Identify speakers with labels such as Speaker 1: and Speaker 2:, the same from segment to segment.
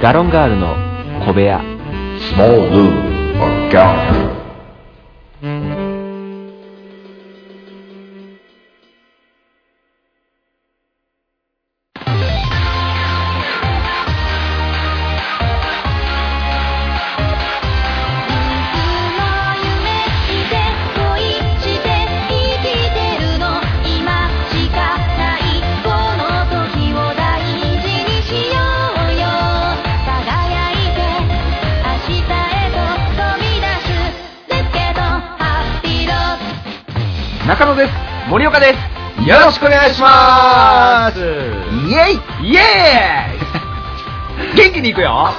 Speaker 1: ガロンガールの小部屋
Speaker 2: Small Lou, a gallery.
Speaker 3: いつも夢して恋して生きてるの今しかないこの時を大事にしようよ輝いて明日へと飛び出すレッケのハッピーロード
Speaker 4: 中野です森岡です
Speaker 5: よろしくお願いしま
Speaker 4: イ
Speaker 5: す
Speaker 4: エ
Speaker 5: イエイ
Speaker 4: ーイ元気にいくよ
Speaker 5: あ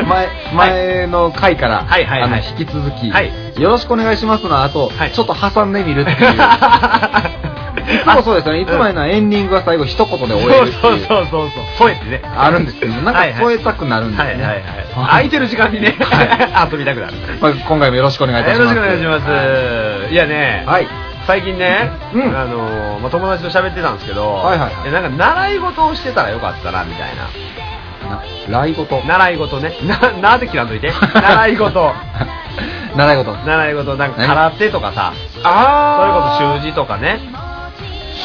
Speaker 5: の前前の回から、
Speaker 4: はいはいはい
Speaker 5: あの引き続き、
Speaker 4: はい
Speaker 5: よろしくお願いしますの後、
Speaker 4: はい
Speaker 5: ちょっと挟んでみる っていういつもそうですよねいつもやなエンディングは最後一言で終え
Speaker 4: そう
Speaker 5: るっていう
Speaker 4: そうそうそうそうそうですね
Speaker 5: あるんですけどなん
Speaker 4: はい
Speaker 5: か
Speaker 4: は
Speaker 5: 添
Speaker 4: い
Speaker 5: えたくなるんです
Speaker 4: はい
Speaker 5: ね、
Speaker 4: はいはい空いてる時間にね遊びたくなる
Speaker 5: まあ、今回もよろしくお願いいたし
Speaker 4: よろ
Speaker 5: ま
Speaker 4: し
Speaker 5: す
Speaker 4: くお願いしますいやね
Speaker 5: はい
Speaker 4: 最近ね、
Speaker 5: うん
Speaker 4: あのーまあ、友達と喋ってたんですけど、
Speaker 5: はいはいはい
Speaker 4: やなんか習い事をしてたらよかったなみたいな
Speaker 5: な習い事
Speaker 4: 習い事ねななぜ切らん といて習い事
Speaker 5: 習い事
Speaker 4: 習い事なんか
Speaker 5: 何
Speaker 4: 空手とかさ
Speaker 5: あ
Speaker 4: それこそ習字とかね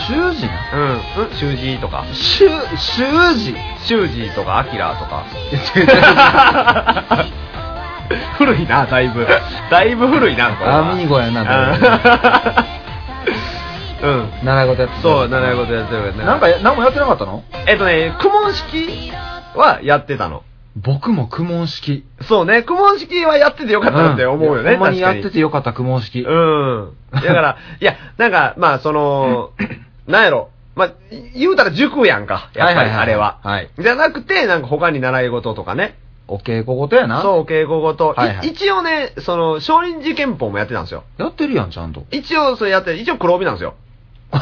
Speaker 5: 習字な
Speaker 4: うん、うん、習字とか
Speaker 5: 習習字
Speaker 4: 習字とかアキラ とか古いなだいぶだいぶ古いなこれは
Speaker 5: アミーゴやな
Speaker 4: うんうん
Speaker 5: 習い事やってた
Speaker 4: そう習い事やってるからね
Speaker 5: なんかや何もやってなかったの
Speaker 4: えっとね、苦問式はやってたの。
Speaker 5: 僕も苦問式
Speaker 4: そうね、苦問式はやっててよかったなって思うよね、
Speaker 5: ほんまに
Speaker 4: 確か
Speaker 5: やっててよかった苦問式
Speaker 4: うん。だ から、いや、なんか、まあ、その、なんやろ、まあ、言うたら塾やんか、やっぱ
Speaker 5: はいはい
Speaker 4: り
Speaker 5: はい
Speaker 4: あれは。
Speaker 5: はい
Speaker 4: じゃなくて、なんか他に習い事とかね。
Speaker 5: お稽古事やな
Speaker 4: そう、稽古事。
Speaker 5: はいはい
Speaker 4: い一応ね、その、少林寺拳法もやってたんですよ。
Speaker 5: やってるやんちゃん と
Speaker 4: 一応、それやって、一応黒帯なんですよ。
Speaker 5: な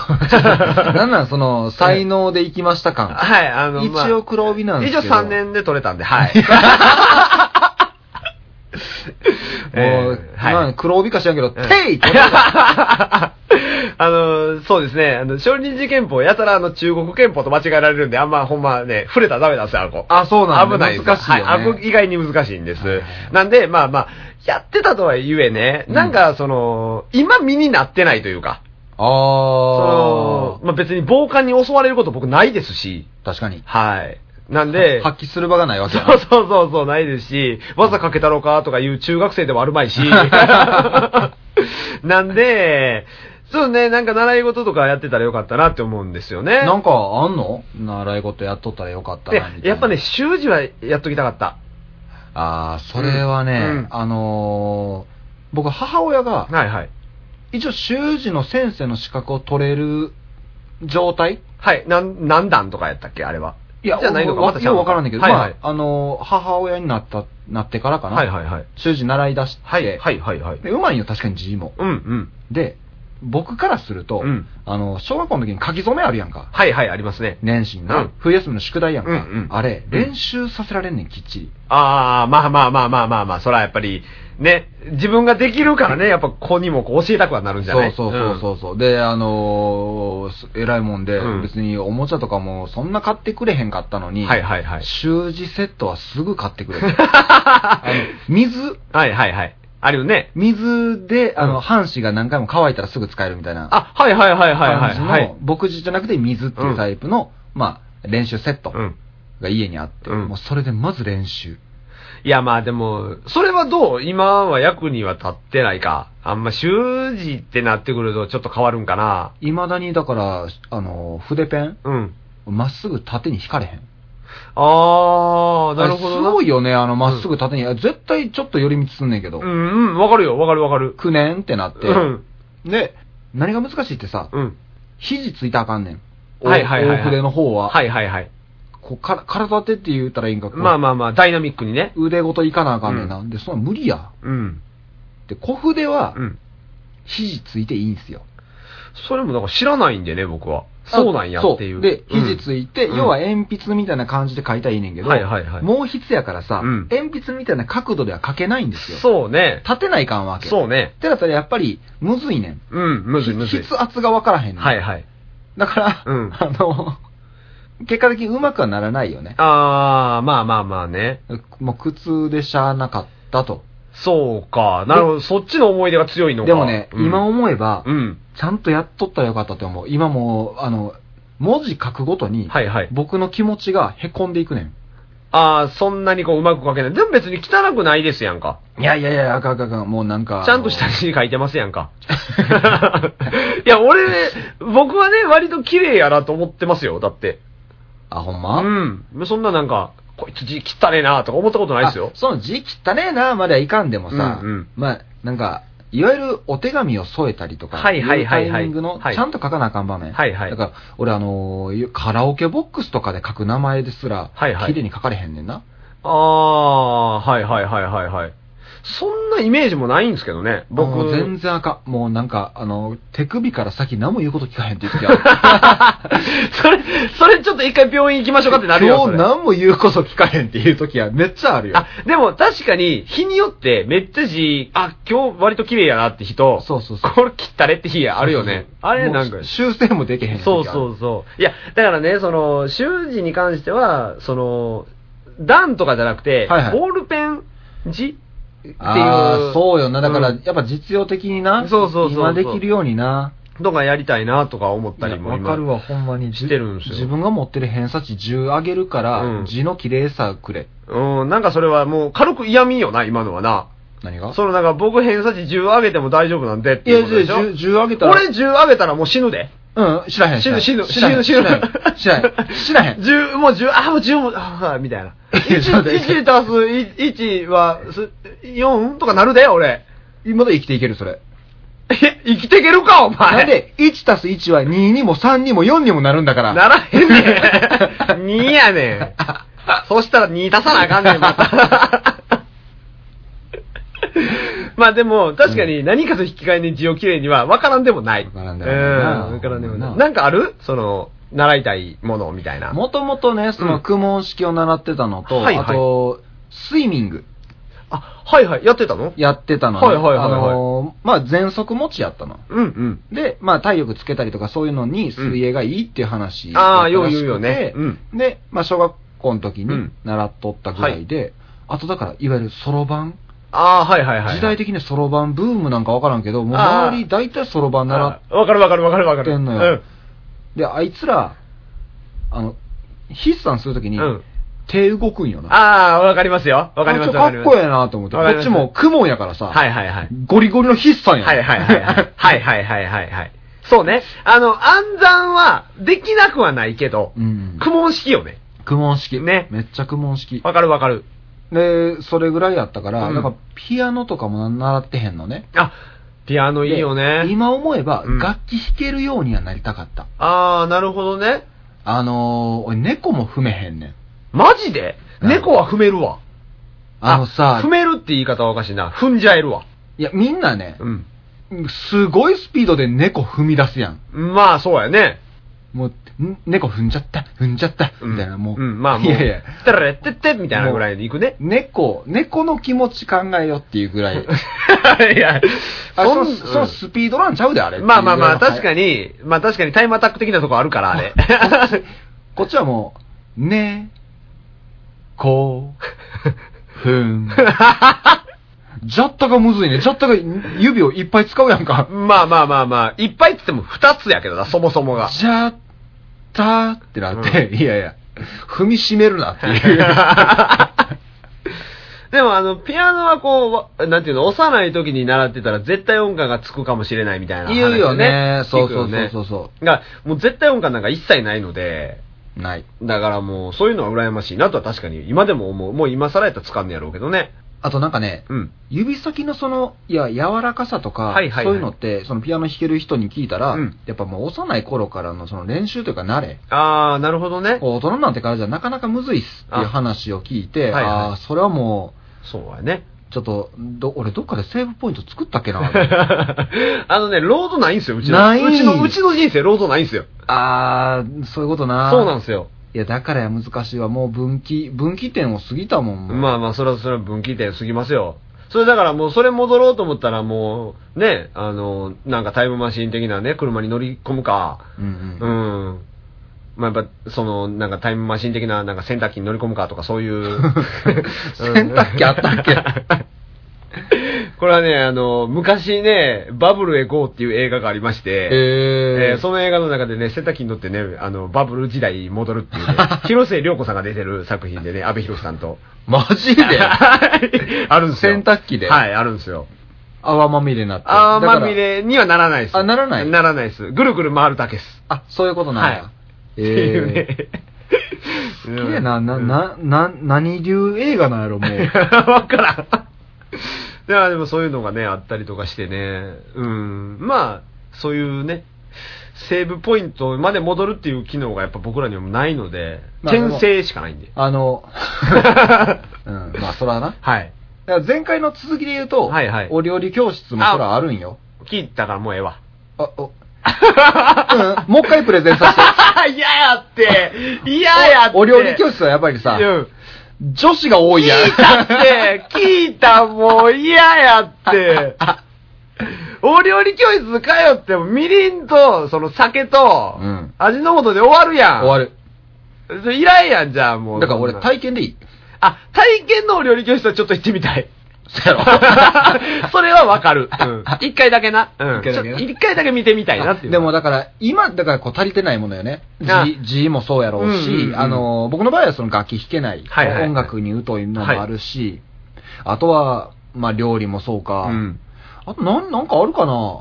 Speaker 5: んなんその才能で行きました感
Speaker 4: はい、あの、まあ
Speaker 5: 一応黒帯なんですけど
Speaker 4: 一応3年で取れたんで、はい。
Speaker 5: もう
Speaker 4: えーはい
Speaker 5: まあ黒帯か知らんけど
Speaker 4: うん
Speaker 5: ていこれが
Speaker 4: あの、そうですね、あの、少林寺拳法、やたらあの、中国拳法と間違えられるんで、あんまほんまね、触れたらダメなんですよ、あの子。
Speaker 5: あそうなんだ
Speaker 4: 危ないです
Speaker 5: 難しいよね
Speaker 4: はい、危意外に難しいんです
Speaker 5: はいはい。
Speaker 4: なんで、まあまあ、やってたとはいえね、なんか、その、今身になってないというか、そ
Speaker 5: あ
Speaker 4: の、まあ別に暴漢に襲われること僕ないですし、
Speaker 5: あ確かに
Speaker 4: はい。なんで、
Speaker 5: 発揮する場がないわけ
Speaker 4: そ
Speaker 5: や
Speaker 4: うそうそうそう、ないですし、わざかけたろかとかいう中学生でもあるま いし。なんで、そうね、なんか習い事とかやってたらよかったなって思うんですよね。
Speaker 5: なんかあんの習い事やっとったらよかったなみたいな
Speaker 4: で、やっぱね、習字はやっときたかった。
Speaker 5: ああそれはね、
Speaker 4: うん
Speaker 5: あのー僕母親が
Speaker 4: はいはい。
Speaker 5: 一応習字の先生の資格を取れる状態
Speaker 4: はい、なん、何段とかやったっけあれは。
Speaker 5: いや、
Speaker 4: じゃないのか、
Speaker 5: わ
Speaker 4: またち
Speaker 5: よ
Speaker 4: ゃ
Speaker 5: く
Speaker 4: うの
Speaker 5: わからんねんけど、
Speaker 4: はいはい
Speaker 5: まあ、あの、母親になった、なってからかな。
Speaker 4: はいはいはい。
Speaker 5: 習字習い出して、
Speaker 4: はいはいはいはい。
Speaker 5: でうまいよ、確かに字も。
Speaker 4: うんうん。
Speaker 5: で、僕からすると、
Speaker 4: うん
Speaker 5: あの、小学校の時に書き初めあるやんか。
Speaker 4: はいはい、ありますね。
Speaker 5: 年始にな、
Speaker 4: うん
Speaker 5: 冬休みの宿題やんか。
Speaker 4: うんうん
Speaker 5: あれ
Speaker 4: う、ん
Speaker 5: 練習させられんねん、きっちり。
Speaker 4: ああ、まあまあまあまあまあまあ、そらやっぱり、ね、自分ができるからね、やっぱ子にもこう教えたくはなるんじゃ
Speaker 5: そ
Speaker 4: ないう
Speaker 5: そうそうそうそう。で、あのーす偉いもんで、
Speaker 4: うん
Speaker 5: 別におもちゃとかもそんな買ってくれへんかったの
Speaker 4: う
Speaker 5: に、
Speaker 4: んはいはいはい。
Speaker 5: 習字セットはすぐ買ってくれ てあの水、
Speaker 4: はいはいはい。あるよね。
Speaker 5: 水で、あ
Speaker 4: う
Speaker 5: の、
Speaker 4: ん
Speaker 5: 半紙が何回も乾いたらすぐ使えるみたいな
Speaker 4: あ、はいはいはいはいは
Speaker 5: 感
Speaker 4: い。
Speaker 5: じの、
Speaker 4: はい。
Speaker 5: 僕じゃなくて水っていうタイプの、まあ、練習セット
Speaker 4: うん。
Speaker 5: が家にあって、
Speaker 4: うん
Speaker 5: もうそれでまず練習。
Speaker 4: いやまあでも、それはどう今は役には立ってないか。あんま習字ってなってくるとちょっと変わるんかな。
Speaker 5: いまだに、だから、あの、筆ペン、
Speaker 4: うん。
Speaker 5: まっすぐ縦に引かれへん。
Speaker 4: あー、なるほど
Speaker 5: あれ
Speaker 4: な。
Speaker 5: すごいよね、あの、まっすぐ縦に。絶対ちょっと寄り道すんねんけど、
Speaker 4: うんうん、わかるよ、わかるわかる。
Speaker 5: くねんってなって、
Speaker 4: うん。
Speaker 5: で、何が難しいってさ、
Speaker 4: うん。
Speaker 5: 肘ついたらあかんねん。
Speaker 4: はいはいはいはい
Speaker 5: 大筆の方は。
Speaker 4: はいはいはい。
Speaker 5: こうから体手って言ったらいいんか、こう
Speaker 4: まあまあまあ、ダイナミックにね。
Speaker 5: 腕ごといかなあかんねんな。で、そんなん無理や。
Speaker 4: うん。
Speaker 5: で、小筆は
Speaker 4: う、ん。
Speaker 5: 肘ついていいんすよ。
Speaker 4: それもなんか知らないんでね、僕は。そうなんやっていう。
Speaker 5: そで、肘
Speaker 4: い
Speaker 5: ついて、
Speaker 4: うん
Speaker 5: 要は鉛筆みたいな感じで書いたらいいねんけど、
Speaker 4: はいはいはい
Speaker 5: 毛筆やからさ、
Speaker 4: うん
Speaker 5: 鉛筆みたいな角度では書けないんですよ。
Speaker 4: そうね。
Speaker 5: 立てないかんわけ。
Speaker 4: そうね。
Speaker 5: ってなったらやっぱり、むずいねん。
Speaker 4: うん、むずいむずい。
Speaker 5: 筆圧がわからへんねん。
Speaker 4: はいはい。
Speaker 5: だから、
Speaker 4: うん
Speaker 5: あの、結果的にうまくはならないよね。
Speaker 4: ああ、まあまあまあね。
Speaker 5: もう苦痛でしゃあなかったと。
Speaker 4: そうか。なるほど。そっちの思い出が強いのか。
Speaker 5: でもね、
Speaker 4: うん
Speaker 5: 今思えば、
Speaker 4: うん。
Speaker 5: ちゃんとやっとったらよかったと思う。今もう、あの、文字書くごとに、
Speaker 4: はいはい。
Speaker 5: 僕の気持ちがへこんでいくねん。
Speaker 4: ああ、そんなにこううまく書けない。でも別に汚くないですやんか。
Speaker 5: いやいやいや、あかんあかんあかん、もうなんか。
Speaker 4: ちゃんとした字に書いてますやんか。いや、俺ね、僕はね、割と綺麗やなと思ってますよ、だって。
Speaker 5: あの。あ、ほん
Speaker 4: う
Speaker 5: ま
Speaker 4: ん。そんななんか、こいつ字汚えなとか思ったことないですよ
Speaker 5: あ。その字汚ねえな、まではいかんでもさ、
Speaker 4: うんうん
Speaker 5: まあ、なんか、いわゆるお手紙を添えたりとか、
Speaker 4: はいはいはいはいう
Speaker 5: タイミングの、
Speaker 4: はい
Speaker 5: ちゃんと書かなあかん場面。
Speaker 4: はいはい
Speaker 5: だから、俺あのーカラオケボックスとかで書く名前ですら、
Speaker 4: はいはい
Speaker 5: 綺麗に書かれへんねんな。
Speaker 4: ああ、はいはいはいはいはい。そんなイメージもないんですけどね。
Speaker 5: も
Speaker 4: 僕。
Speaker 5: う全然あかん。もうなんか、あのー手首から先何も言うこと聞かへんって言ってや
Speaker 4: それ、そ れちょっと一回病院行きましょうかってなるよ。そ
Speaker 5: 今日
Speaker 4: れ
Speaker 5: 何も言うこと聞かへんっていう時はめっちゃあるよ
Speaker 4: あ。、でも確かに、日によってめっちゃ字、あ、今日割と綺麗やなって人、
Speaker 5: そうそうそう
Speaker 4: これ切ったれって日あるよね。あれなん
Speaker 5: も
Speaker 4: か
Speaker 5: う。修正もできへん時あ
Speaker 4: そ
Speaker 5: る
Speaker 4: うそうそう。いや、だからね、その、習字に関しては、その、段とかじゃなくて、
Speaker 5: はいはい
Speaker 4: ボールペン字っていう。
Speaker 5: ああ、そうよな。だから、
Speaker 4: うん
Speaker 5: やっぱ実用的にな。
Speaker 4: そうそうそうそう
Speaker 5: 今できるようにな。
Speaker 4: とかやりたいなとか思ったりも
Speaker 5: わ
Speaker 4: 今。
Speaker 5: かるわ、ほんまに。じ
Speaker 4: してるんですよ
Speaker 5: 自分が持ってる偏差値10上げるから、
Speaker 4: うん
Speaker 5: 字の綺麗さくれ。
Speaker 4: うん、なんかそれはもう軽く嫌味よな、今のはな。
Speaker 5: 何が
Speaker 4: そのなんか僕偏差値10上げても大丈夫なんでって
Speaker 5: い
Speaker 4: い
Speaker 5: や、
Speaker 4: うことでしょ。
Speaker 5: 10、10上げたら。
Speaker 4: 俺10上げたらもう死ぬで。
Speaker 5: うん、知らへん。
Speaker 4: 死ぬ、死ぬ、
Speaker 5: 知
Speaker 4: 死
Speaker 5: らへん。
Speaker 4: ぬ、死ぬ。
Speaker 5: 知らへん。知 らへん。知らへん。
Speaker 4: 10、もう10、あ、もう10も、あ、みた いな。
Speaker 5: いやちょっと
Speaker 4: 1足す1はす4とかなるで、俺。
Speaker 5: 今まで生きていける、それ。
Speaker 4: え、生きていけるか、お前。
Speaker 5: なんで、1たす1は2にも3にも4にもなるんだから。
Speaker 4: ならへ んねん。2やねん。そしたら2足さなあかんねん、また。 まあでも、確かに何かと引き換えに字をきれいには分からんでもない。
Speaker 5: わからんで
Speaker 4: で
Speaker 5: も
Speaker 4: も
Speaker 5: な
Speaker 4: ないい。
Speaker 5: な
Speaker 4: うん、分からんでも
Speaker 5: う
Speaker 4: なんい。なんかあるその、習いたいものみたいな。
Speaker 5: もともとね、その、苦問式を習ってたのと、
Speaker 4: はいは
Speaker 5: あ
Speaker 4: い
Speaker 5: と、スイミング
Speaker 4: あ、はいはい、やってたの
Speaker 5: やってたのね
Speaker 4: はいはいはいはい
Speaker 5: あのーまあ、全息持ちやったの。
Speaker 4: うんうん。
Speaker 5: で、まあ、体力つけたりとかそういうのに水泳がいいっていう話、
Speaker 4: うんあーよう言うよねうん
Speaker 5: で、まあ、小学校の時
Speaker 4: う
Speaker 5: に
Speaker 4: ん
Speaker 5: 習っとったぐらいで、あとだから、いわゆるそろばん、
Speaker 4: ああ、はいはいはい。
Speaker 5: 時代的にそろばんブームなんかわからんけど、もう周り大体そろばん習っ
Speaker 4: あーわかるわかるわかるわかる。
Speaker 5: てんのよで、あいつら、あの、筆算するとき
Speaker 4: うん。
Speaker 5: に
Speaker 4: うん。
Speaker 5: 手動くんよな。
Speaker 4: ああ、わかりますよ。わかります
Speaker 5: あちょ
Speaker 4: わかります。
Speaker 5: かっこええなと思って。こ
Speaker 4: わかり
Speaker 5: っ
Speaker 4: ます
Speaker 5: ちもクモンやからさ、
Speaker 4: はいはいはい。
Speaker 5: ゴリゴリの筆算やん
Speaker 4: はいはいはいはい。はいはいはいはいはい。そうね。あの、暗算はできなくはないけど、
Speaker 5: うん。
Speaker 4: 苦問式よね。
Speaker 5: クモン式。
Speaker 4: ね
Speaker 5: めっちゃクモン式。
Speaker 4: わかるわかる。
Speaker 5: で、それぐらいやったから、
Speaker 4: うん
Speaker 5: なんかピアノとかも習ってへんのね。
Speaker 4: あ、ピアノいいよね
Speaker 5: で。今思えば、
Speaker 4: うん
Speaker 5: 楽器弾けるようにはなりたかった。
Speaker 4: あー、なるほどね。
Speaker 5: あのー、俺猫も踏めへんねん。
Speaker 4: マジで
Speaker 5: うん
Speaker 4: 猫は踏めるわ。
Speaker 5: あのさ
Speaker 4: 踏、めるって言い方はおかしいな。踏んじゃえるわ。
Speaker 5: いや、みんなね
Speaker 4: う、ん。
Speaker 5: すごいスピードで猫踏み出すやん。
Speaker 4: まあ、そうやね。
Speaker 5: もう、ん猫踏んじゃった、踏んじゃった、
Speaker 4: うん
Speaker 5: みたいな、もう。
Speaker 4: ん、まあも
Speaker 5: い
Speaker 4: う。
Speaker 5: やいや。
Speaker 4: てられってって、みたいなぐらいでいくね。
Speaker 5: 猫、猫の気持ち考えよっていうぐ らい。
Speaker 4: い や、
Speaker 5: あその、
Speaker 4: ん
Speaker 5: そのスピードランちゃうで、あれ。
Speaker 4: まあまあまあ、確
Speaker 5: に
Speaker 4: かに、まあ確かにタイムアタック的なとこあるから、あれ。
Speaker 5: こっちはもう、ね、こ、ふ ん。ジャッタがむずいね。ジャッタが指をいっぱい使うやんか。
Speaker 4: まあまあまあまあ、いっぱいって言っても二つやけどな、そもそも が。
Speaker 5: ジャッタってなって、いやいや、踏みしめるなっていう。
Speaker 4: でもあの、ピアノはこうわ、なんていうの、幼い時に習ってたら絶対音感がつくかもしれないみたいな話、ね。
Speaker 5: 言うよね。そうそう
Speaker 4: 聞く
Speaker 5: そ
Speaker 4: よ
Speaker 5: う
Speaker 4: ね
Speaker 5: そうそ
Speaker 4: が、もう絶対音感なんか一切ないので、
Speaker 5: う。ない。
Speaker 4: だからもう、そういうのは羨ましいなとは確かに、今でも思う。もう今更やったらつかんねやろうけどね。
Speaker 5: あとなんかね、
Speaker 4: うん。
Speaker 5: 指先のその、いや、柔らかさとか、
Speaker 4: はいはいはい
Speaker 5: そういうのって、そのピアノ弾ける人に聞いたら、
Speaker 4: うん
Speaker 5: やっぱもう幼い頃からのその練習というか慣れ、
Speaker 4: あー、なるほど ね。
Speaker 5: こう大人になってからじゃなかなかむずいっすっていう話を聞いて、あ、
Speaker 4: あはいはい
Speaker 5: あー、それはも
Speaker 4: そうやね。
Speaker 5: う、ちょっと、ど、俺どっかでセーブポイント作ったっけ な
Speaker 4: あのね、ロードないんですよ、うちの。
Speaker 5: ないう
Speaker 4: ちの、うちの人生、ロードないんですよ。
Speaker 5: あー、そういうことな。
Speaker 4: そうなん
Speaker 5: す。
Speaker 4: ですよ。
Speaker 5: いや、だからや難しいわ。もう分岐、分岐点を過ぎたもん。
Speaker 4: まあまあ、それは、それは分岐点すぎますよ。それだからもう、それ戻ろうと思ったらもう、ね、あの、なんかタイムマシン的なね、車に乗り込むか、
Speaker 5: うんうん。
Speaker 4: うん。まあ、やっぱ、その、なんかタイムマシン的な、なんか洗濯機に乗り込むかとか、そう いう。
Speaker 5: 洗濯機あった っけ
Speaker 4: これはね、あの、昔ね、バブルへ GO っていう映画がありまして、
Speaker 5: え
Speaker 4: えーその映画の中でね、洗濯機に乗ってね、あの、バブル時代に戻るって いうね、広末涼子さんが出てる作品でね、安部寛さんと。
Speaker 5: マジ で
Speaker 4: あるんですよ。
Speaker 5: 洗濯機で
Speaker 4: はい、あるんですよ。
Speaker 5: 泡まみれになって。
Speaker 4: あー
Speaker 5: だから
Speaker 4: まみ。れにはならないです。
Speaker 5: あならない
Speaker 4: ならないです。ぐるぐる回るだけです。
Speaker 5: あ、そういうことなんだ
Speaker 4: は。
Speaker 5: え
Speaker 4: っていうね。す
Speaker 5: ー。すげえな、な、な、な、何流映画なんやろ、もう。
Speaker 4: わからん。いや、でもそういうのがね、あったりとかしてね、うん、まあ、そういうね、セーブポイントまで戻るっていう機能がやっぱ僕らにはないので、
Speaker 5: まあでも
Speaker 4: 転生しかないんで。
Speaker 5: あ の、うん、まあ、そらな。
Speaker 4: はい。
Speaker 5: だから前回の続きで言うと、
Speaker 4: はいはい
Speaker 5: お料理教室もそらあるんよ。
Speaker 4: 聞いたからもうええわ。
Speaker 5: あ、 お、うん、もう一回プレゼンさせて。
Speaker 4: 嫌 やって嫌やって
Speaker 5: おお料理教室はやっぱりさ、
Speaker 4: うん
Speaker 5: 女子が多いやん。
Speaker 4: 聞いたって、聞いたもう嫌やって。お料理教室通っても、みりんと、その酒と
Speaker 5: うん、
Speaker 4: 味の素で終わるや ん。
Speaker 5: 終わる。
Speaker 4: る。いらんやん、じゃあもう。
Speaker 5: だから俺
Speaker 4: そんな
Speaker 5: 体験でい い。
Speaker 4: あ、体験のお料理教室はちょっと行って みたい。
Speaker 5: そやろ
Speaker 4: それはわかる。 うん。一回だけな。うん。
Speaker 5: 一回だけな
Speaker 4: ちょっと一回だけ見てみたいなっていう。
Speaker 5: でもだから、今、だからこう足りてないものよね。
Speaker 4: あ
Speaker 5: G, G もそうやろうし、
Speaker 4: うんうんうん
Speaker 5: あの、僕の場合はその楽器弾けない、
Speaker 4: はいはいはい
Speaker 5: 音楽に疎いのもあるし、あとは、まあ料理もそうか、
Speaker 4: うん。
Speaker 5: あとなんなんかあるかな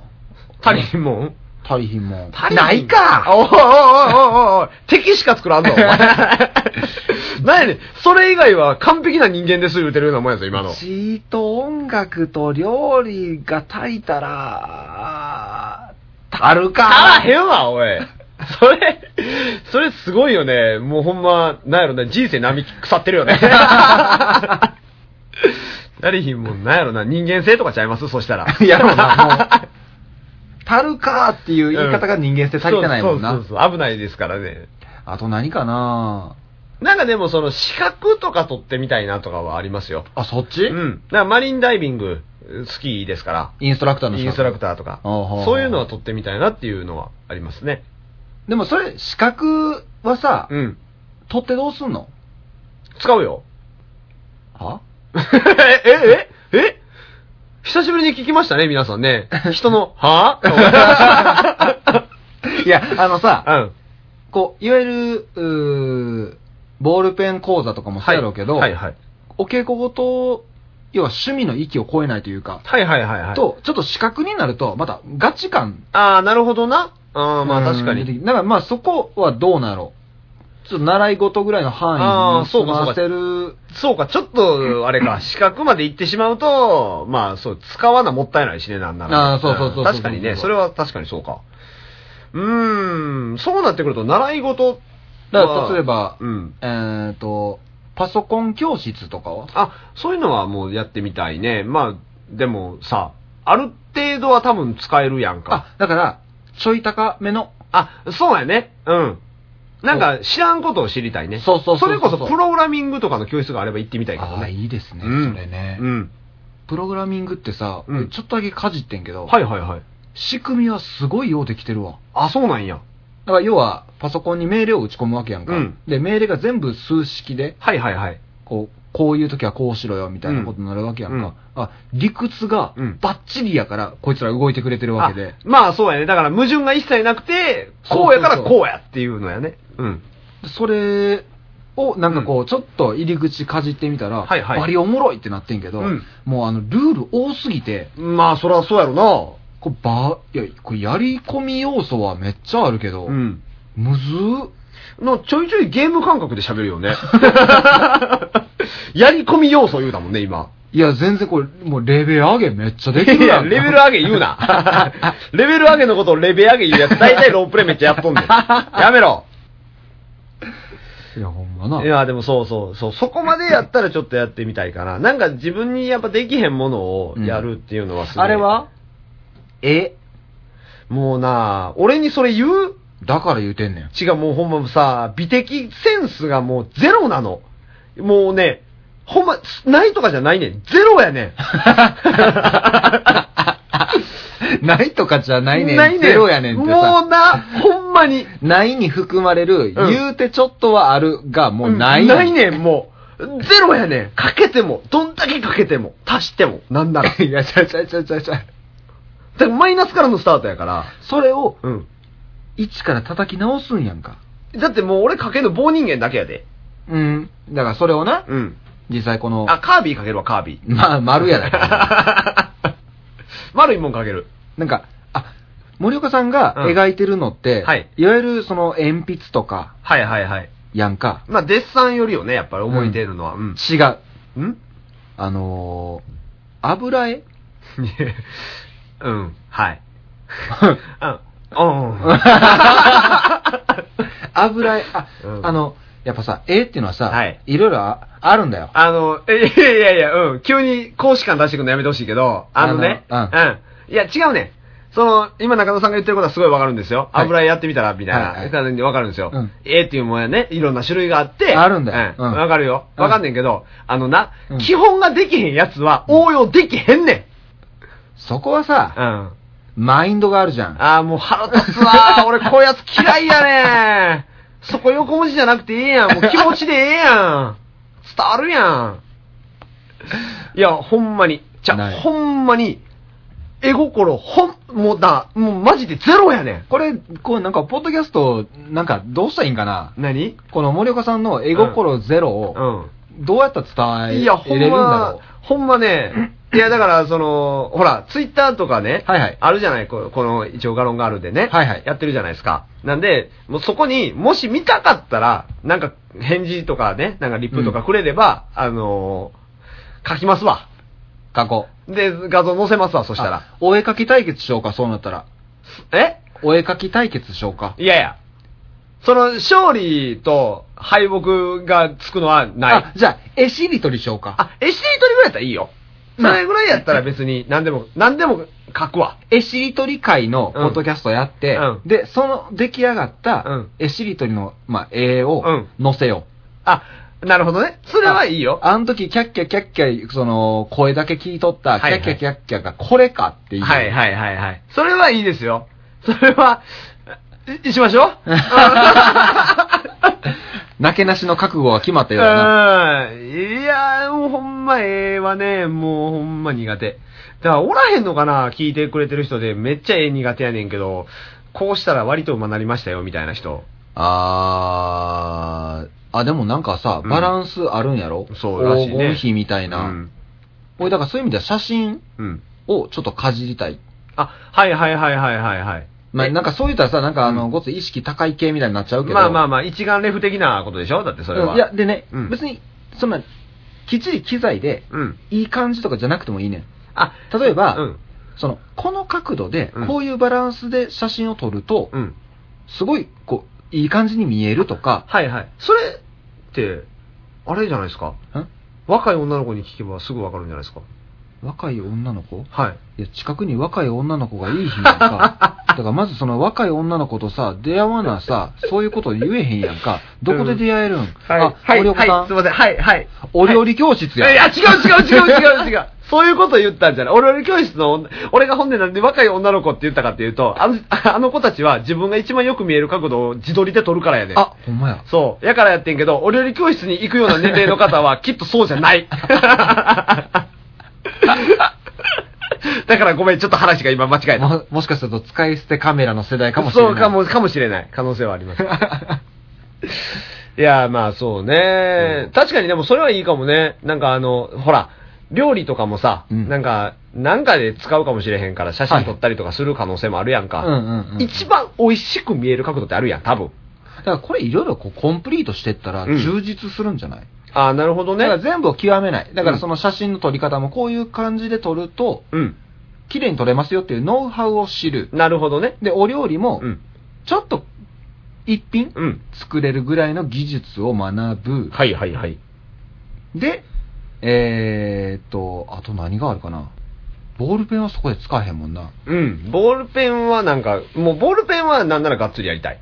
Speaker 4: 足りひんもん
Speaker 5: 足りひんもん。
Speaker 4: 足りひん
Speaker 5: ないか
Speaker 4: おいおいおいおいおい敵しか作らんぞ。お 前なんやねん。それ以外は完璧な人間です言うてるようなもんやぞ、今の。
Speaker 5: ーと音楽と料理が足りたら、足る
Speaker 4: あらへんわ、おい。 それ、それすごいよね。もうほんま、なんやろな、人生波腐って るよね。足りひんもん、なんやろな、人間性とかちゃいますそしたら。
Speaker 5: やろう な、もう。足るかーっていう言い方が人間性足りてないもん
Speaker 4: そう
Speaker 5: な
Speaker 4: そう。そうそう危ないですからね。
Speaker 5: あと何かな
Speaker 4: なんかでもその資格とか取ってみたいなとかはありますよ。
Speaker 5: あ、そっち、
Speaker 4: うん。だからマリンダイビング好きですか
Speaker 5: インストラクター
Speaker 4: ら、
Speaker 5: の
Speaker 4: インストラク
Speaker 5: ー。
Speaker 4: ターとか
Speaker 5: ああああ、
Speaker 4: そういうのは取ってみたいなっていうのはありますね。
Speaker 5: でもそれ、資格はさ、
Speaker 4: うん。
Speaker 5: 取ってどうすんの
Speaker 4: 使うよ。
Speaker 5: は
Speaker 4: え、え、え、え久しぶりに聞きましたね、皆さ んね。人の、は ぁ
Speaker 5: いや、あのさ、
Speaker 4: うん。
Speaker 5: こう、いわゆる、うーボールペン講座とかもそうやろうけど、
Speaker 4: はいはい。
Speaker 5: お稽古ごと、要は趣味の域を超えないというか、
Speaker 4: はいはいはいはい。
Speaker 5: と、ちょっと資格になると、またガチ感。
Speaker 4: ああ、なるほどな。ああ、まあ確か
Speaker 5: うん出て
Speaker 4: に。
Speaker 5: きてだからまあそこはどうなのちょっと習い事ぐらいの範囲に
Speaker 4: あーそ
Speaker 5: 済
Speaker 4: うか
Speaker 5: ませる。
Speaker 4: そうか、ちょっ と、あれか、資格まで行ってしまうと、まあそう、使わなもったいないしね、なんなら。
Speaker 5: あーそうそうそうそうん
Speaker 4: 確かにね、それは確かにそうか。うーん、そうなってくると、習い事
Speaker 5: だ
Speaker 4: は
Speaker 5: から例えば、
Speaker 4: うん。
Speaker 5: えっと、パソコン教室とかは
Speaker 4: あ、そういうのはもうやってみたいね。まあ、でもさ、ある程度は多分使えるやんか。
Speaker 5: あ、だから、ちょい高めの。
Speaker 4: あ、そうやね。うん。なんか、知らんことを知りたいね。
Speaker 5: そうそうそうそう
Speaker 4: れこそ、プログラミングとかの教室があれば行ってみたいかも
Speaker 5: あー
Speaker 4: ね。
Speaker 5: いいですね、
Speaker 4: うん
Speaker 5: それね、
Speaker 4: うん。
Speaker 5: プログラミングってさ、
Speaker 4: うん
Speaker 5: ちょっとだけかじってんけど、
Speaker 4: はいはいはい。
Speaker 5: 仕組みはすごいようできてるわ。
Speaker 4: あ、そうなんや。
Speaker 5: だから要は、パソコンに命令を打ち込むわけやんか。
Speaker 4: うん
Speaker 5: で、命令が全部数式で、
Speaker 4: はいはいはい。
Speaker 5: こう、こういう時はこうしろよ、みたいなことになるわけやんか。あ、理屈が
Speaker 4: うん
Speaker 5: バッチリやから、こいつら動いてくれてるわけで。
Speaker 4: あまあそうやね。だから矛盾が一切なくて、こうやからこうやっていうのやね。うん。
Speaker 5: それを、なんかこう、ちょっと入り口かじってみたら、
Speaker 4: はいはい
Speaker 5: バリおもろいってなってんけど、
Speaker 4: うん
Speaker 5: もうあの、ルール多すぎて、
Speaker 4: まあそらそうやろ
Speaker 5: こうば、いや、こうやり込み要素はめっちゃあるけど、
Speaker 4: うん。
Speaker 5: むずー
Speaker 4: のちょいちょいゲーム感覚で喋るよ ね。やり込み要素言うだもんね、今。
Speaker 5: いや、全然これ、もうレベル上げめっちゃでき
Speaker 4: い
Speaker 5: る
Speaker 4: や、
Speaker 5: やん。
Speaker 4: レベル上げ言う な。レベル上げのことをレベ上げ言うやつ、大体ロープレめっちゃやっとんねん。やめろ。
Speaker 5: いや、ほんまな。
Speaker 4: いや、でもそうそう、そう、そこまでやったらちょっとやってみたいかな。なんか自分にやっぱできへんものをやるっていうのはすごい。
Speaker 5: あれはえ
Speaker 4: もうなあ俺にそれ言う
Speaker 5: だから言うてんね ん。
Speaker 4: 違う、もうほんまさ、美的センスがもうゼロなの。もうね、ほんま、ないとかじゃないねん。ゼロやねん。
Speaker 5: ないとかじゃないねん。ゼロやねんってさ。
Speaker 4: もうな、ほんんまに。
Speaker 5: ないに含まれる、
Speaker 4: うん
Speaker 5: 言うてちょっとはあるが、もうない、
Speaker 4: ないねん、もう。ゼロやねん。かけても、どんだけかけても、足しても、なん なら。だ
Speaker 5: いや、ちゃうちゃうちゃうちゃうちゃう。
Speaker 4: からマイナスからのスタートやから。
Speaker 5: それを、
Speaker 4: うん。
Speaker 5: 一から叩き直すんやんか。
Speaker 4: だってもう俺かけるの棒人間だけやで。
Speaker 5: うん。だからそれをな、
Speaker 4: うん。
Speaker 5: 実際この、
Speaker 4: あ、カービィかけるわ、カービィ。
Speaker 5: まあ、丸やだ から。
Speaker 4: 丸いもんかける。
Speaker 5: なんか、あ、森岡さんが
Speaker 4: うん
Speaker 5: 描いてるのって、
Speaker 4: はい
Speaker 5: わゆるその鉛筆とか、
Speaker 4: はいはいはい。
Speaker 5: やんか、
Speaker 4: まあ、デッサンよりよね、やっぱり思い出るのは。うん。
Speaker 5: 違う。
Speaker 4: うん
Speaker 5: あのー、油絵
Speaker 4: うん。はい。あ、うん。
Speaker 5: 油絵、あ、
Speaker 4: うん
Speaker 5: あの、やっぱさ、絵っていうのはさ、
Speaker 4: はい
Speaker 5: ろいろああるんだよ。
Speaker 4: あの、えいやいやいや、うん。急に講師感出してくるのやめてほしいけど、あのね、
Speaker 5: あ
Speaker 4: うん。いや、違うね。その、今中野さんが言ってることはすごいわかるんですよ。
Speaker 5: はい
Speaker 4: 油絵やってみたら、みたい
Speaker 5: はいは
Speaker 4: な。
Speaker 5: い
Speaker 4: 感じでわかるんですよ
Speaker 5: うん。
Speaker 4: 絵っていうもんやね、いろんな種類があって。
Speaker 5: あるんだよ
Speaker 4: うん
Speaker 5: うん
Speaker 4: わかるよ。わかんねんけど、あのな
Speaker 5: うん、
Speaker 4: 基本ができへんやつは応用できへんねん。
Speaker 5: そこは
Speaker 4: う
Speaker 5: さ、
Speaker 4: ん。
Speaker 5: マインドがあるじゃん。
Speaker 4: ああ、もう腹立つ わー。俺、こういうやつ嫌いやねー。そこ横文字じゃなくてええやん。もう気持ちでええやん。伝わるやん。いや、ほんまに。じゃ
Speaker 5: な
Speaker 4: あ、
Speaker 5: い
Speaker 4: ほんまに、絵心、ほん、もうだ、もうマジでゼロやねん。
Speaker 5: これ、こうなんか、ポッドキャスト、なんか、どうしたらいいんかな
Speaker 4: 何
Speaker 5: この森岡さんの絵心ゼロを、どうやったら伝え
Speaker 4: い
Speaker 5: れ
Speaker 4: や、
Speaker 5: るん
Speaker 4: ほん
Speaker 5: だろ
Speaker 4: ま、ほんまね、いや、だから、その、ほら、ツイッターとかね、
Speaker 5: はいはい
Speaker 4: あるじゃない、ここの、一応ガロンガールでね、
Speaker 5: はいはい
Speaker 4: やってるじゃないですか。なんで、もうそこにもし見たかったら、なんか、返事とかね、なんかリップとかくれれば、あのー書きますわ。
Speaker 5: う過去。
Speaker 4: で、画像載せますわ、そしたら。
Speaker 5: あ。お絵かき対決しようか、そうなったら。
Speaker 4: え
Speaker 5: お絵かき対決しようか。
Speaker 4: いやいや。その、勝利と敗北がつくのはない。
Speaker 5: あ、じゃあ、絵しりとりしようか。
Speaker 4: あ、絵しりとりぐらいやったらいいよ。それぐらいやったら別に何でも、何でも書くわ。
Speaker 5: 絵しりとり会のポッドキャストやって、
Speaker 4: うん
Speaker 5: で、その出来上がっ
Speaker 4: う
Speaker 5: た
Speaker 4: ん
Speaker 5: 絵しりとりの、まあ、絵を
Speaker 4: うん
Speaker 5: 載せよ。
Speaker 4: あ、なるほどね。それはいいうよ。
Speaker 5: あの時、キャッキャキャッキャ、その、声だけ聞いとった、
Speaker 4: はいはい
Speaker 5: キャッキャキャッキャがこれかっていう。
Speaker 4: はいはいはいはい。それはいいですよ。それは、いしま しょう。
Speaker 5: なけなしの覚悟が決まった
Speaker 4: うん。い
Speaker 5: ようだな。
Speaker 4: やー、もうほんま絵はね、もうほんま苦手。だからおらへんのかな聞いてくれてる人でめっちゃ絵苦手やねんけど、こうしたら割とうまなりましたよみたいな人。
Speaker 5: あー、あ、でもなんかさ、
Speaker 4: うん
Speaker 5: バランスあるんやろ、
Speaker 4: そうらしいね
Speaker 5: 黄金比みたいな。
Speaker 4: うん。
Speaker 5: 俺、だからそういう意味では写真
Speaker 4: うん。
Speaker 5: をちょっとかじりたい。
Speaker 4: あ、はいはいはいはいはいはい。
Speaker 5: まあ、
Speaker 4: え
Speaker 5: なんかそう言ったらさ、なんかあの、
Speaker 4: うん
Speaker 5: ごつ意識高い系みたいになっちゃうけど。
Speaker 4: まあまあまあ、一眼レフ的なことでしょだってそれは。
Speaker 5: うんいや、、でね、
Speaker 4: うん
Speaker 5: 別に、そんな、きっちり機材で、
Speaker 4: うん。
Speaker 5: いい感じとかじゃなくてもいいねん。
Speaker 4: あ、
Speaker 5: 例えば、
Speaker 4: うん。
Speaker 5: その、この角度で
Speaker 4: うん、
Speaker 5: こういうバランスで写真を撮ると、
Speaker 4: うん。
Speaker 5: すごい、こう、いい感じに見えるとか、
Speaker 4: はいはい。それって、あれじゃないですか
Speaker 5: ん
Speaker 4: 若い女の子に聞けばすぐわかるんじゃないですか
Speaker 5: 若い女の子
Speaker 4: は
Speaker 5: い
Speaker 4: い。
Speaker 5: や、近くに若い女の子がいい日なん か。だからまずその若い女の子とさ、出会わなさ、そういうこと言えへんやんか。どこで出会えるん、あ、森岡さん、
Speaker 4: ません。はい、はい。
Speaker 5: お料理教室
Speaker 4: い
Speaker 5: やん。
Speaker 4: や、違う違う違う違う違う。 そういうこと言ったんじゃない。俺俺教室の女、俺が本音なんで若い女の子って言ったかっていうと、あの、あの子たちは自分が一番よく見える角度を自撮りで撮るからやで。
Speaker 5: あ、ほんまや。
Speaker 4: そう。やからやってんけど、お料理教室に行くような年齢の方は、きっとそうじゃ ない。だからごめん、ちょっと話が今間違えた。
Speaker 5: ももしかすると使い捨てカメラの世代かもしれない。
Speaker 4: そうかも、かもしれない。可能性はあり ます。いや、まあそうね、
Speaker 5: うん
Speaker 4: 確かにでもそれはいいかもね。なんかあの、ほら、料理とかもさ、
Speaker 5: うん
Speaker 4: なんか、なんかで使うかもしれへんから、写真撮ったりとかする可能性もあるやんか。
Speaker 5: うんうんうんうん
Speaker 4: 一番美味しく見える角度ってあるやん、多分。
Speaker 5: だからこれいろいろこうコンプリートしてったら
Speaker 4: うん
Speaker 5: 充実するんじゃない、
Speaker 4: ああ、なるほど
Speaker 5: だから
Speaker 4: ね。
Speaker 5: 全部を極めない。だからその写真の撮り方もこういう感じで撮ると、
Speaker 4: うん。
Speaker 5: 綺麗に撮れますよっていうノウハウを知る。
Speaker 4: なるほどね。
Speaker 5: で、お料理も
Speaker 4: う、ん。
Speaker 5: ちょっと一品
Speaker 4: うん。
Speaker 5: 作れるぐらいの技術を学ぶ。
Speaker 4: はいはいはい。
Speaker 5: で、えーっと、あと何があるかな。ボールペンはそこで使えへんもんな。
Speaker 4: うん。ボールペンはなんか、もうボールペンはなんならがっつりやりたい。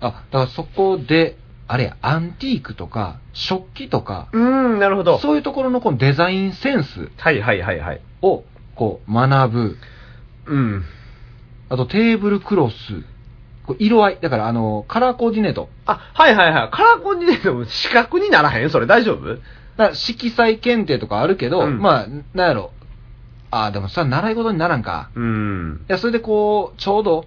Speaker 5: あ、だからそこで、あれや、アンティークとか、食器とか、
Speaker 4: うん、なるほど。
Speaker 5: そういうところのこのデザインセンス
Speaker 4: はいはいはいはい。
Speaker 5: をこう学ぶ。
Speaker 4: うん。
Speaker 5: あとテーブルクロス。こう色合い、だからあの、カラーコーディネート。
Speaker 4: あ、はいはいはい。カラーコンディネートも四角にならへんそれ大丈夫
Speaker 5: だから色彩検定とかあるけど、
Speaker 4: うん
Speaker 5: まあ、なんやろ。ああ、でもそれは習い事にならんか。
Speaker 4: うん
Speaker 5: い。や、それでこう、ちょうど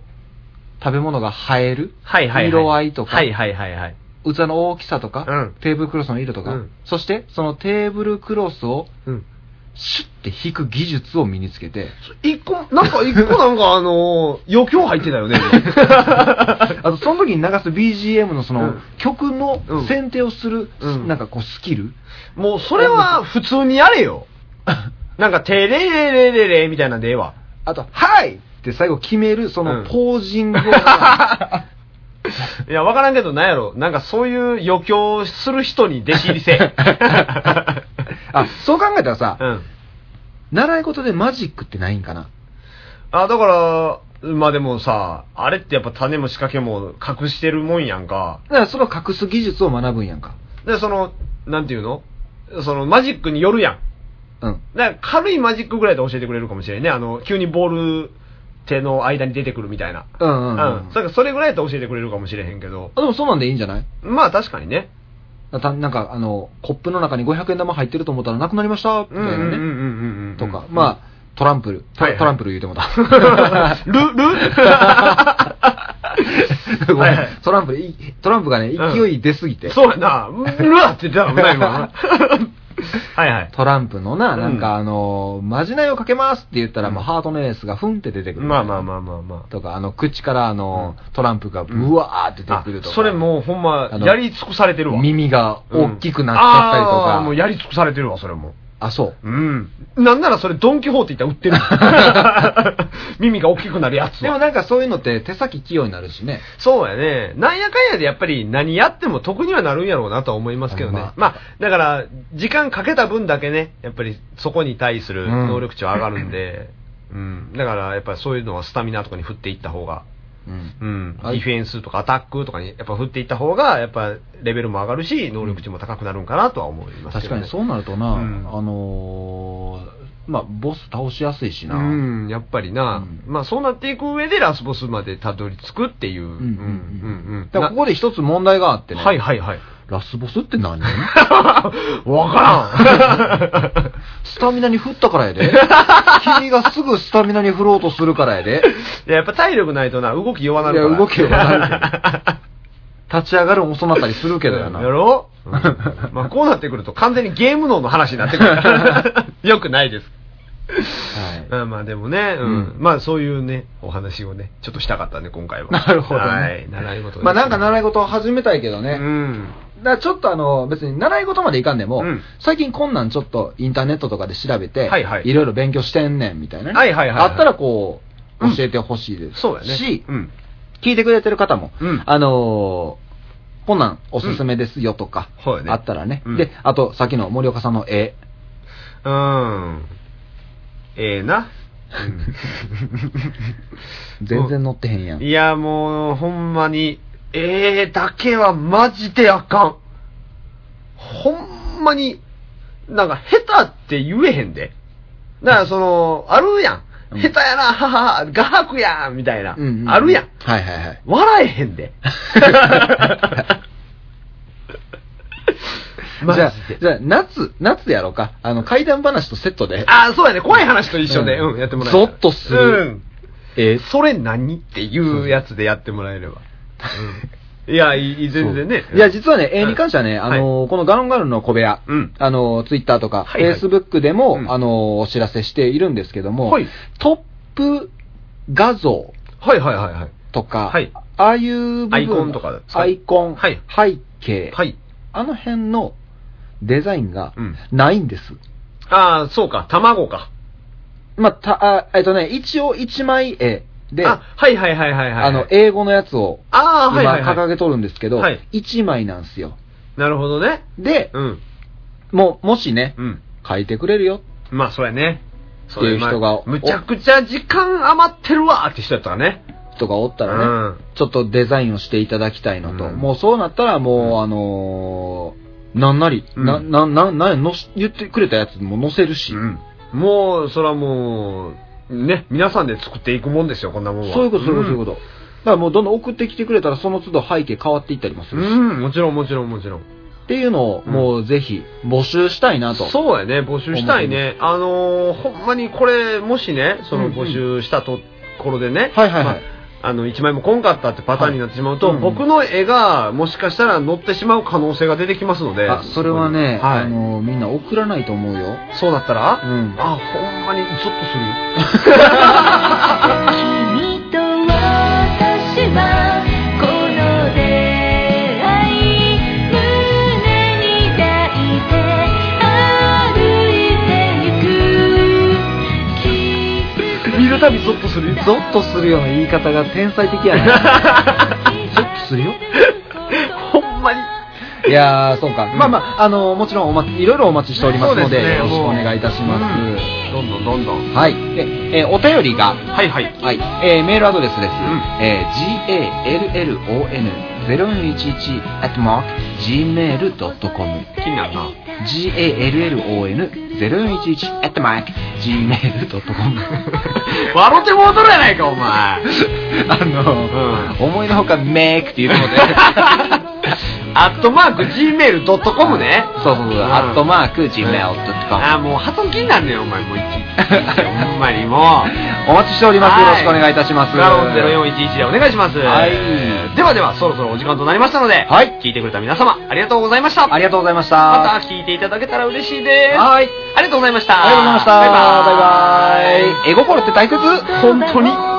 Speaker 5: 食べ物が映える。
Speaker 4: はいはいはい。
Speaker 5: 色合いとか
Speaker 4: はいはいはいはい。
Speaker 5: 器の大きさとか、
Speaker 4: うん
Speaker 5: テーブルクロスの色とか、
Speaker 4: うん
Speaker 5: そしてそのテーブルクロスを
Speaker 4: うん。
Speaker 5: シュッて引く技術を身につけて、
Speaker 4: 一個、なんか一個なんかあのー、余興入ってた よね。
Speaker 5: あとその時に流す BGM のその、
Speaker 4: うん
Speaker 5: 曲の
Speaker 4: うん
Speaker 5: 選定をする、
Speaker 4: うん
Speaker 5: なんかこうスキル、
Speaker 4: もうそれは普通にやれよ。なんか、てれれれれれみたいなんでええわ。
Speaker 5: あと、はいって最後決めるその
Speaker 4: うん
Speaker 5: ポージ ングが、
Speaker 4: いや、わからんけど、なんやろ。なんかそういう余興する人に弟子入 りせえ。
Speaker 5: あ、そう考えたらさ、
Speaker 4: うん。
Speaker 5: 習い事でマジックってないんかな
Speaker 4: あ、だから、まあでもさ、あれってやっぱ種も仕掛けも隠してるもんやんか。
Speaker 5: だからその隠す技術を学ぶんやんか。
Speaker 4: で、その、なんていうのその、マジックによるやん。
Speaker 5: うん。
Speaker 4: だから軽いマジックぐらいで教えてくれるかもしれんね。あの、急にボール手の間に出てくるみたいな。
Speaker 5: うん
Speaker 4: う。
Speaker 5: うんん、
Speaker 4: だ
Speaker 5: うん。
Speaker 4: からそれぐらいで教えてくれるかもしれへんけど。
Speaker 5: あでもそうなんでいいんじゃない
Speaker 4: まあ確かにね。
Speaker 5: たなんか、あの、コップの中に500円玉入ってると思ったらなくなりました、みたいなね。
Speaker 4: うん
Speaker 5: とか、まあ、トランプル、ト,、
Speaker 4: はいはい
Speaker 5: トランプル言うて もた。
Speaker 4: あ。ル、
Speaker 5: ごめん
Speaker 4: はいはい
Speaker 5: トランプル、いトランプがね、
Speaker 4: うん
Speaker 5: 勢い出すぎて。
Speaker 4: ルそうやな。ルわって言ってたもんな、今。 はいはい。
Speaker 5: トランプのな、
Speaker 4: うん
Speaker 5: なんかあの、まじないをかけますって言ったら、
Speaker 4: うん
Speaker 5: もうハートのエースがふんって出てくる。
Speaker 4: まあまあまあまあまあ。
Speaker 5: とか、あの、口からあの、トランプがブワーって出てくると
Speaker 4: あ
Speaker 5: か。
Speaker 4: それもうほんま
Speaker 5: あ、の
Speaker 4: やり尽くされてるわ。
Speaker 5: 耳が大きくなっちゃったりと
Speaker 4: あ
Speaker 5: か。
Speaker 4: あー、もうやり尽くされてるわ、それも。
Speaker 5: あ、そう。
Speaker 4: うん。なんならそれ、ドン・キホーテ言ったら売 ってる。耳が大きくなるやつ
Speaker 5: でも
Speaker 4: は。
Speaker 5: なんかそういうのって手先器用になるしね。
Speaker 4: そうやね。なんやかんやでやっぱり何やっても得にはなるんやろうなとは思いますけどね。
Speaker 5: ほんま
Speaker 4: まあ、だから、時間かけた分だけね、やっぱりそこに対する
Speaker 5: うん
Speaker 4: 能力値は上がるんで、うん。だから、やっぱりそういうのはスタミナとかに振っていった方が、
Speaker 5: うん
Speaker 4: うん。デ
Speaker 5: はい
Speaker 4: ィフェンスとかアタックとかにやっぱ振っていった方が、やっぱレベルも上がるし、能力値も高くなるんかなとは思いますけ
Speaker 5: 確
Speaker 4: ど
Speaker 5: か
Speaker 4: ね。
Speaker 5: にそうなるとな、
Speaker 4: うん
Speaker 5: あのーまあ、ボス倒しやすいしな。
Speaker 4: うん、やっぱりな、
Speaker 5: うん
Speaker 4: まあそうなっていく上でラスボスまでたどり着くっていう、うん
Speaker 5: う
Speaker 4: うんん
Speaker 5: う
Speaker 4: うんん
Speaker 5: だからここで一つ問題があってね、
Speaker 4: はいはい はい。
Speaker 5: ラスボスって何
Speaker 4: わか らん
Speaker 5: スタミナに振ったからや で。君がすぐスタミナに振ろうとするからやで。
Speaker 4: いややっぱ体力ないとな、動き弱なるから。
Speaker 5: いや動き弱な立ち上がるも遅なったりするけどやな。
Speaker 4: やろ、 うんまあこうなってくると完全にゲーム脳の話になってく る。よくないです。
Speaker 5: はい
Speaker 4: まあまあでもね、うん
Speaker 5: うん
Speaker 4: まあそういうね、お話をね、ちょっとしたかったね、今回は。
Speaker 5: なるほどね
Speaker 4: はい、習い事
Speaker 5: まあなんか習い
Speaker 4: 事
Speaker 5: 事を始めたいけどね。
Speaker 4: うん。
Speaker 5: だからちょっとあの別に習い事までいかんでも、
Speaker 4: うん
Speaker 5: 最近こんなんちょっとインターネットとかで調べて、
Speaker 4: はいはい
Speaker 5: ろいろ勉強してんねんみたいなね、
Speaker 4: はいはいはいはい
Speaker 5: あったらこう
Speaker 4: うん
Speaker 5: 教えてほしいです、
Speaker 4: そうだね。
Speaker 5: し、
Speaker 4: うん。
Speaker 5: 聞いてくれてる方も、
Speaker 4: うん
Speaker 5: あのーこんなんおすすめですよとか、
Speaker 4: そうやね
Speaker 5: あったらね、
Speaker 4: うん
Speaker 5: であとさっきの森岡さんの絵
Speaker 4: うーん。ええな。
Speaker 5: 全然載ってへんやん、
Speaker 4: いや、もう、ほんまに、ええだけはマジであかん。ほんまに、なんか、下手って言えへんで。だから、その、あるや
Speaker 5: うん
Speaker 4: ん。下手やな、ははは、画伯やん、みたいな。
Speaker 5: うんうん
Speaker 4: あるやん。
Speaker 5: はいはいはい。
Speaker 4: 笑えへんで
Speaker 5: じゃあ
Speaker 4: マジで、
Speaker 5: じゃあ夏、夏やろうか。あの、怪談話とセットで。
Speaker 4: ああ、そうやね。怖い話と一緒で、
Speaker 5: うん
Speaker 4: うん、やってもらえれば
Speaker 5: ゾッとする。
Speaker 4: うん。
Speaker 5: え
Speaker 4: え、それ何っていうやつでやってもらえれば。うん。いや、いい、全然ね
Speaker 5: そ。ういや、実はね、絵に関してはね、
Speaker 4: うん
Speaker 5: あのーこのガロンガロンの小部屋、
Speaker 4: うん
Speaker 5: あのー、ツイッターとか、
Speaker 4: はいはい
Speaker 5: フェイスブックでも、
Speaker 4: うん
Speaker 5: あのーお知らせしているんですけども、
Speaker 4: はい
Speaker 5: トップ画像
Speaker 4: はいはいはいはい。
Speaker 5: とか、
Speaker 4: はい
Speaker 5: ああいう部分、
Speaker 4: アイコンとかですか
Speaker 5: アイコン、
Speaker 4: はい
Speaker 5: 背景、
Speaker 4: はい。
Speaker 5: あの辺のデザインが
Speaker 4: うん
Speaker 5: ないんです。
Speaker 4: ああ、そうか、卵か。
Speaker 5: まあ、た、あ、えっとね、一応一枚絵で、
Speaker 4: あ、はいはいはいはいはい。
Speaker 5: あの、英語のやつを、
Speaker 4: ああ、
Speaker 5: 今
Speaker 4: はいはい
Speaker 5: 掲
Speaker 4: は
Speaker 5: げとるんですけど
Speaker 4: はい、
Speaker 5: 一、枚なんですよ。
Speaker 4: い。なるほどね。
Speaker 5: で、
Speaker 4: うん。
Speaker 5: もう、もしね、
Speaker 4: うん。
Speaker 5: 書いてくれるよ
Speaker 4: まあ、そうやね。
Speaker 5: っていう人が
Speaker 4: そうまあむちゃくちゃ時間余ってるわーって人やったからね。
Speaker 5: とかおったらね、
Speaker 4: うん
Speaker 5: ちょっとデザインをしていただきたいのと、
Speaker 4: うん
Speaker 5: もうそうなったらもう、あのーなんなり、
Speaker 4: うん
Speaker 5: な、な、な、な、のし言ってくれたやつも載せるし、
Speaker 4: うん、もう、それはもう、ね、皆さんで作っていくもんですよ、こんなもんは。。
Speaker 5: そういうこと、そういうこと、そういうことと。からもうどんどん送ってきてくれたら、その都度背景変わっていったりもす
Speaker 4: う
Speaker 5: るし。
Speaker 4: ん、もちろんもちろんもちろん。
Speaker 5: っていうのを、
Speaker 4: うん
Speaker 5: もうぜひ募集したいなと。
Speaker 4: そうやね、募集したいね。あのーほんまにこれ、もしね、そ
Speaker 5: うん
Speaker 4: の
Speaker 5: うん
Speaker 4: 募集したところでね、
Speaker 5: はいはいはい
Speaker 4: まああの、一枚も来んかったってパターンになってしまうと、
Speaker 5: はいうんうん
Speaker 4: 僕の絵がもしかしたら載ってしまう可能性が出てきますので。
Speaker 5: あ、それはね、
Speaker 4: はい
Speaker 5: あの、みんな送らないと思うよ。
Speaker 4: そうだった
Speaker 5: う
Speaker 4: ら、
Speaker 5: ん。
Speaker 4: あ、ほんまにゾッとするよ。
Speaker 3: 君と私はこの出会い胸に抱いて歩いてゆく
Speaker 4: 見るたびゾッとする
Speaker 5: ゾッとするような言い方が天才的やな。ゾッとするよ。
Speaker 4: ほんまに。
Speaker 5: いやー、そうか。
Speaker 4: うん
Speaker 5: まあまあ、あの、もちろんお待ち、いろいろお待ちしておりますので、
Speaker 4: そうですね
Speaker 5: よろしくお願いいたします。
Speaker 4: もうどんどんどんどん。
Speaker 5: はい。で、えーお便りが、
Speaker 4: はいはい。
Speaker 5: はい、えーメールアドレスです。
Speaker 4: ん
Speaker 5: えー gallon0411-gmail.com
Speaker 4: 気になるな。
Speaker 5: gallon0411-gmail.com
Speaker 4: 笑ってもうとるやないか、お 前。
Speaker 5: あの、思いのほかメイクって言うので、
Speaker 4: アットマーク Gmail.com ね。
Speaker 5: そうそうそう、
Speaker 4: ん
Speaker 5: アットマーク
Speaker 4: あ
Speaker 5: gmail.com
Speaker 4: あ、もう、ハトキになんねん、お前、もう、いちいち。ほんまにもう。
Speaker 5: お待ちしております。よろしくお願いいたします。
Speaker 4: スラロン0411でお願いします。
Speaker 5: はい
Speaker 4: ではでは、そろそろお時間となりましたので、
Speaker 5: はい
Speaker 4: 聞いてくれた皆様、ありがとうございました。
Speaker 5: ありがとうございました。
Speaker 4: また聞いていただけたら嬉しいです。
Speaker 5: はい。
Speaker 4: ありがとうございました。
Speaker 5: ありがとうございました。
Speaker 4: バイバーイ。
Speaker 5: バイバイ。絵心って大切
Speaker 4: 本当に